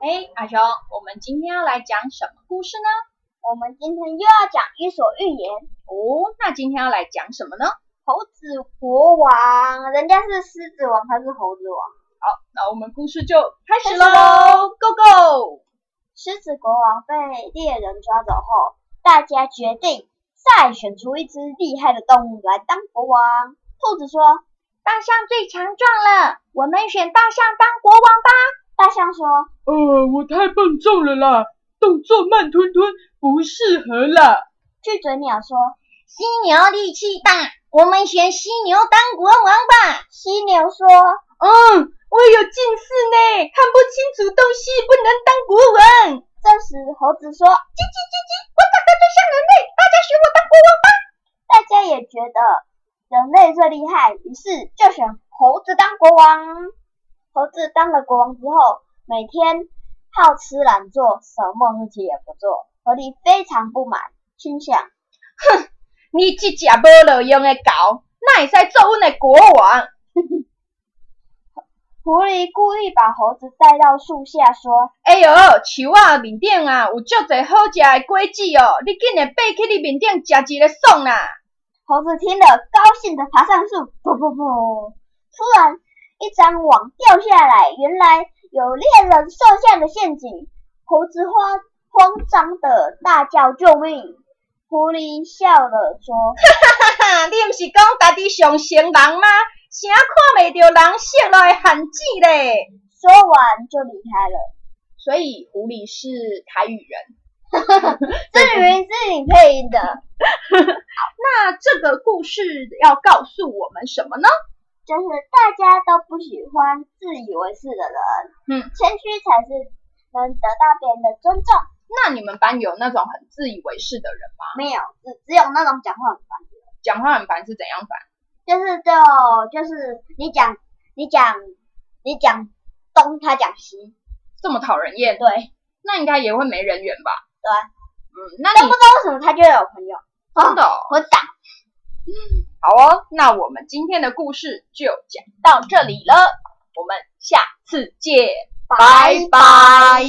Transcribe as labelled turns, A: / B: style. A: 哎，阿熊，我们今天要来讲什么故事呢？
B: 我们今天又要讲《伊索寓言》，
A: 哦，那今天要来讲什么呢？
B: 猴子国王，人家是狮子王，他是猴子王。
A: 那我们故事就开始
B: 开始
A: 喽，Go Go！
B: 狮子国王被猎人抓走后，大家决定再选出一只厉害的动物来当国王。兔子说
A: 大象最强壮了，我们选大象当国王吧。：“
B: 大象说，
A: 呃，我太笨重了啦，动作慢吞吞，不适合啦。
B: 巨嘴鸟说，
A: 犀牛力气大，我们选犀牛当国王吧。
B: 犀牛说，
A: 嗯，我有近视呢，看不清楚东西，不能当国王。
B: 这时猴子说，叽叽叽叽，我长得最像人类，大家选我当国王吧。”大家也觉得人类最厉害，于是就选猴子当国王。猴子当了国王之后，每天好吃懒做，什么事情也不做。狐狸非常不满，心想。
A: 你这只无路用的狗，那也在做阮的国王。
B: 狐狸故意把猴子带到树下，说
A: 哎哟，树啊面顶啊有足侪好食的果子哦，你紧来爬去你面顶食一个啊爽啦、
B: 猴子听了，高兴地爬上树，噗噗噗！突然，一张网掉下来，原来有猎人设下的陷阱。猴子慌慌张地大叫救命。狐狸笑了说
A: 哈哈，你毋是讲家己上成人吗？啥看袂着人色落的限制咧？：“
B: 说完就离开了。
A: 所以狐狸是台语人。”
B: 至于是你配音的，
A: 那这个故事要告诉我们什么呢？
B: 就是大家都不喜欢自以为是的人，
A: 嗯，
B: 谦虚才是能得到别人的尊重。
A: 那你们班有那种很自以为是的人吗？
B: 没有，只只有那种讲话很烦，
A: 讲话很烦是怎样烦？
B: 就是就就是你讲你讲你讲东，他讲西，
A: 这么讨人厌？
B: 对，为
A: 那应该也会没人缘吧？
B: 对啊
A: 嗯，那你
B: 什么他就会有朋友？
A: 真的哦、
B: 我打
A: 好哦，那我们今天的故事就讲到这里了，我们下次见，
B: 拜拜。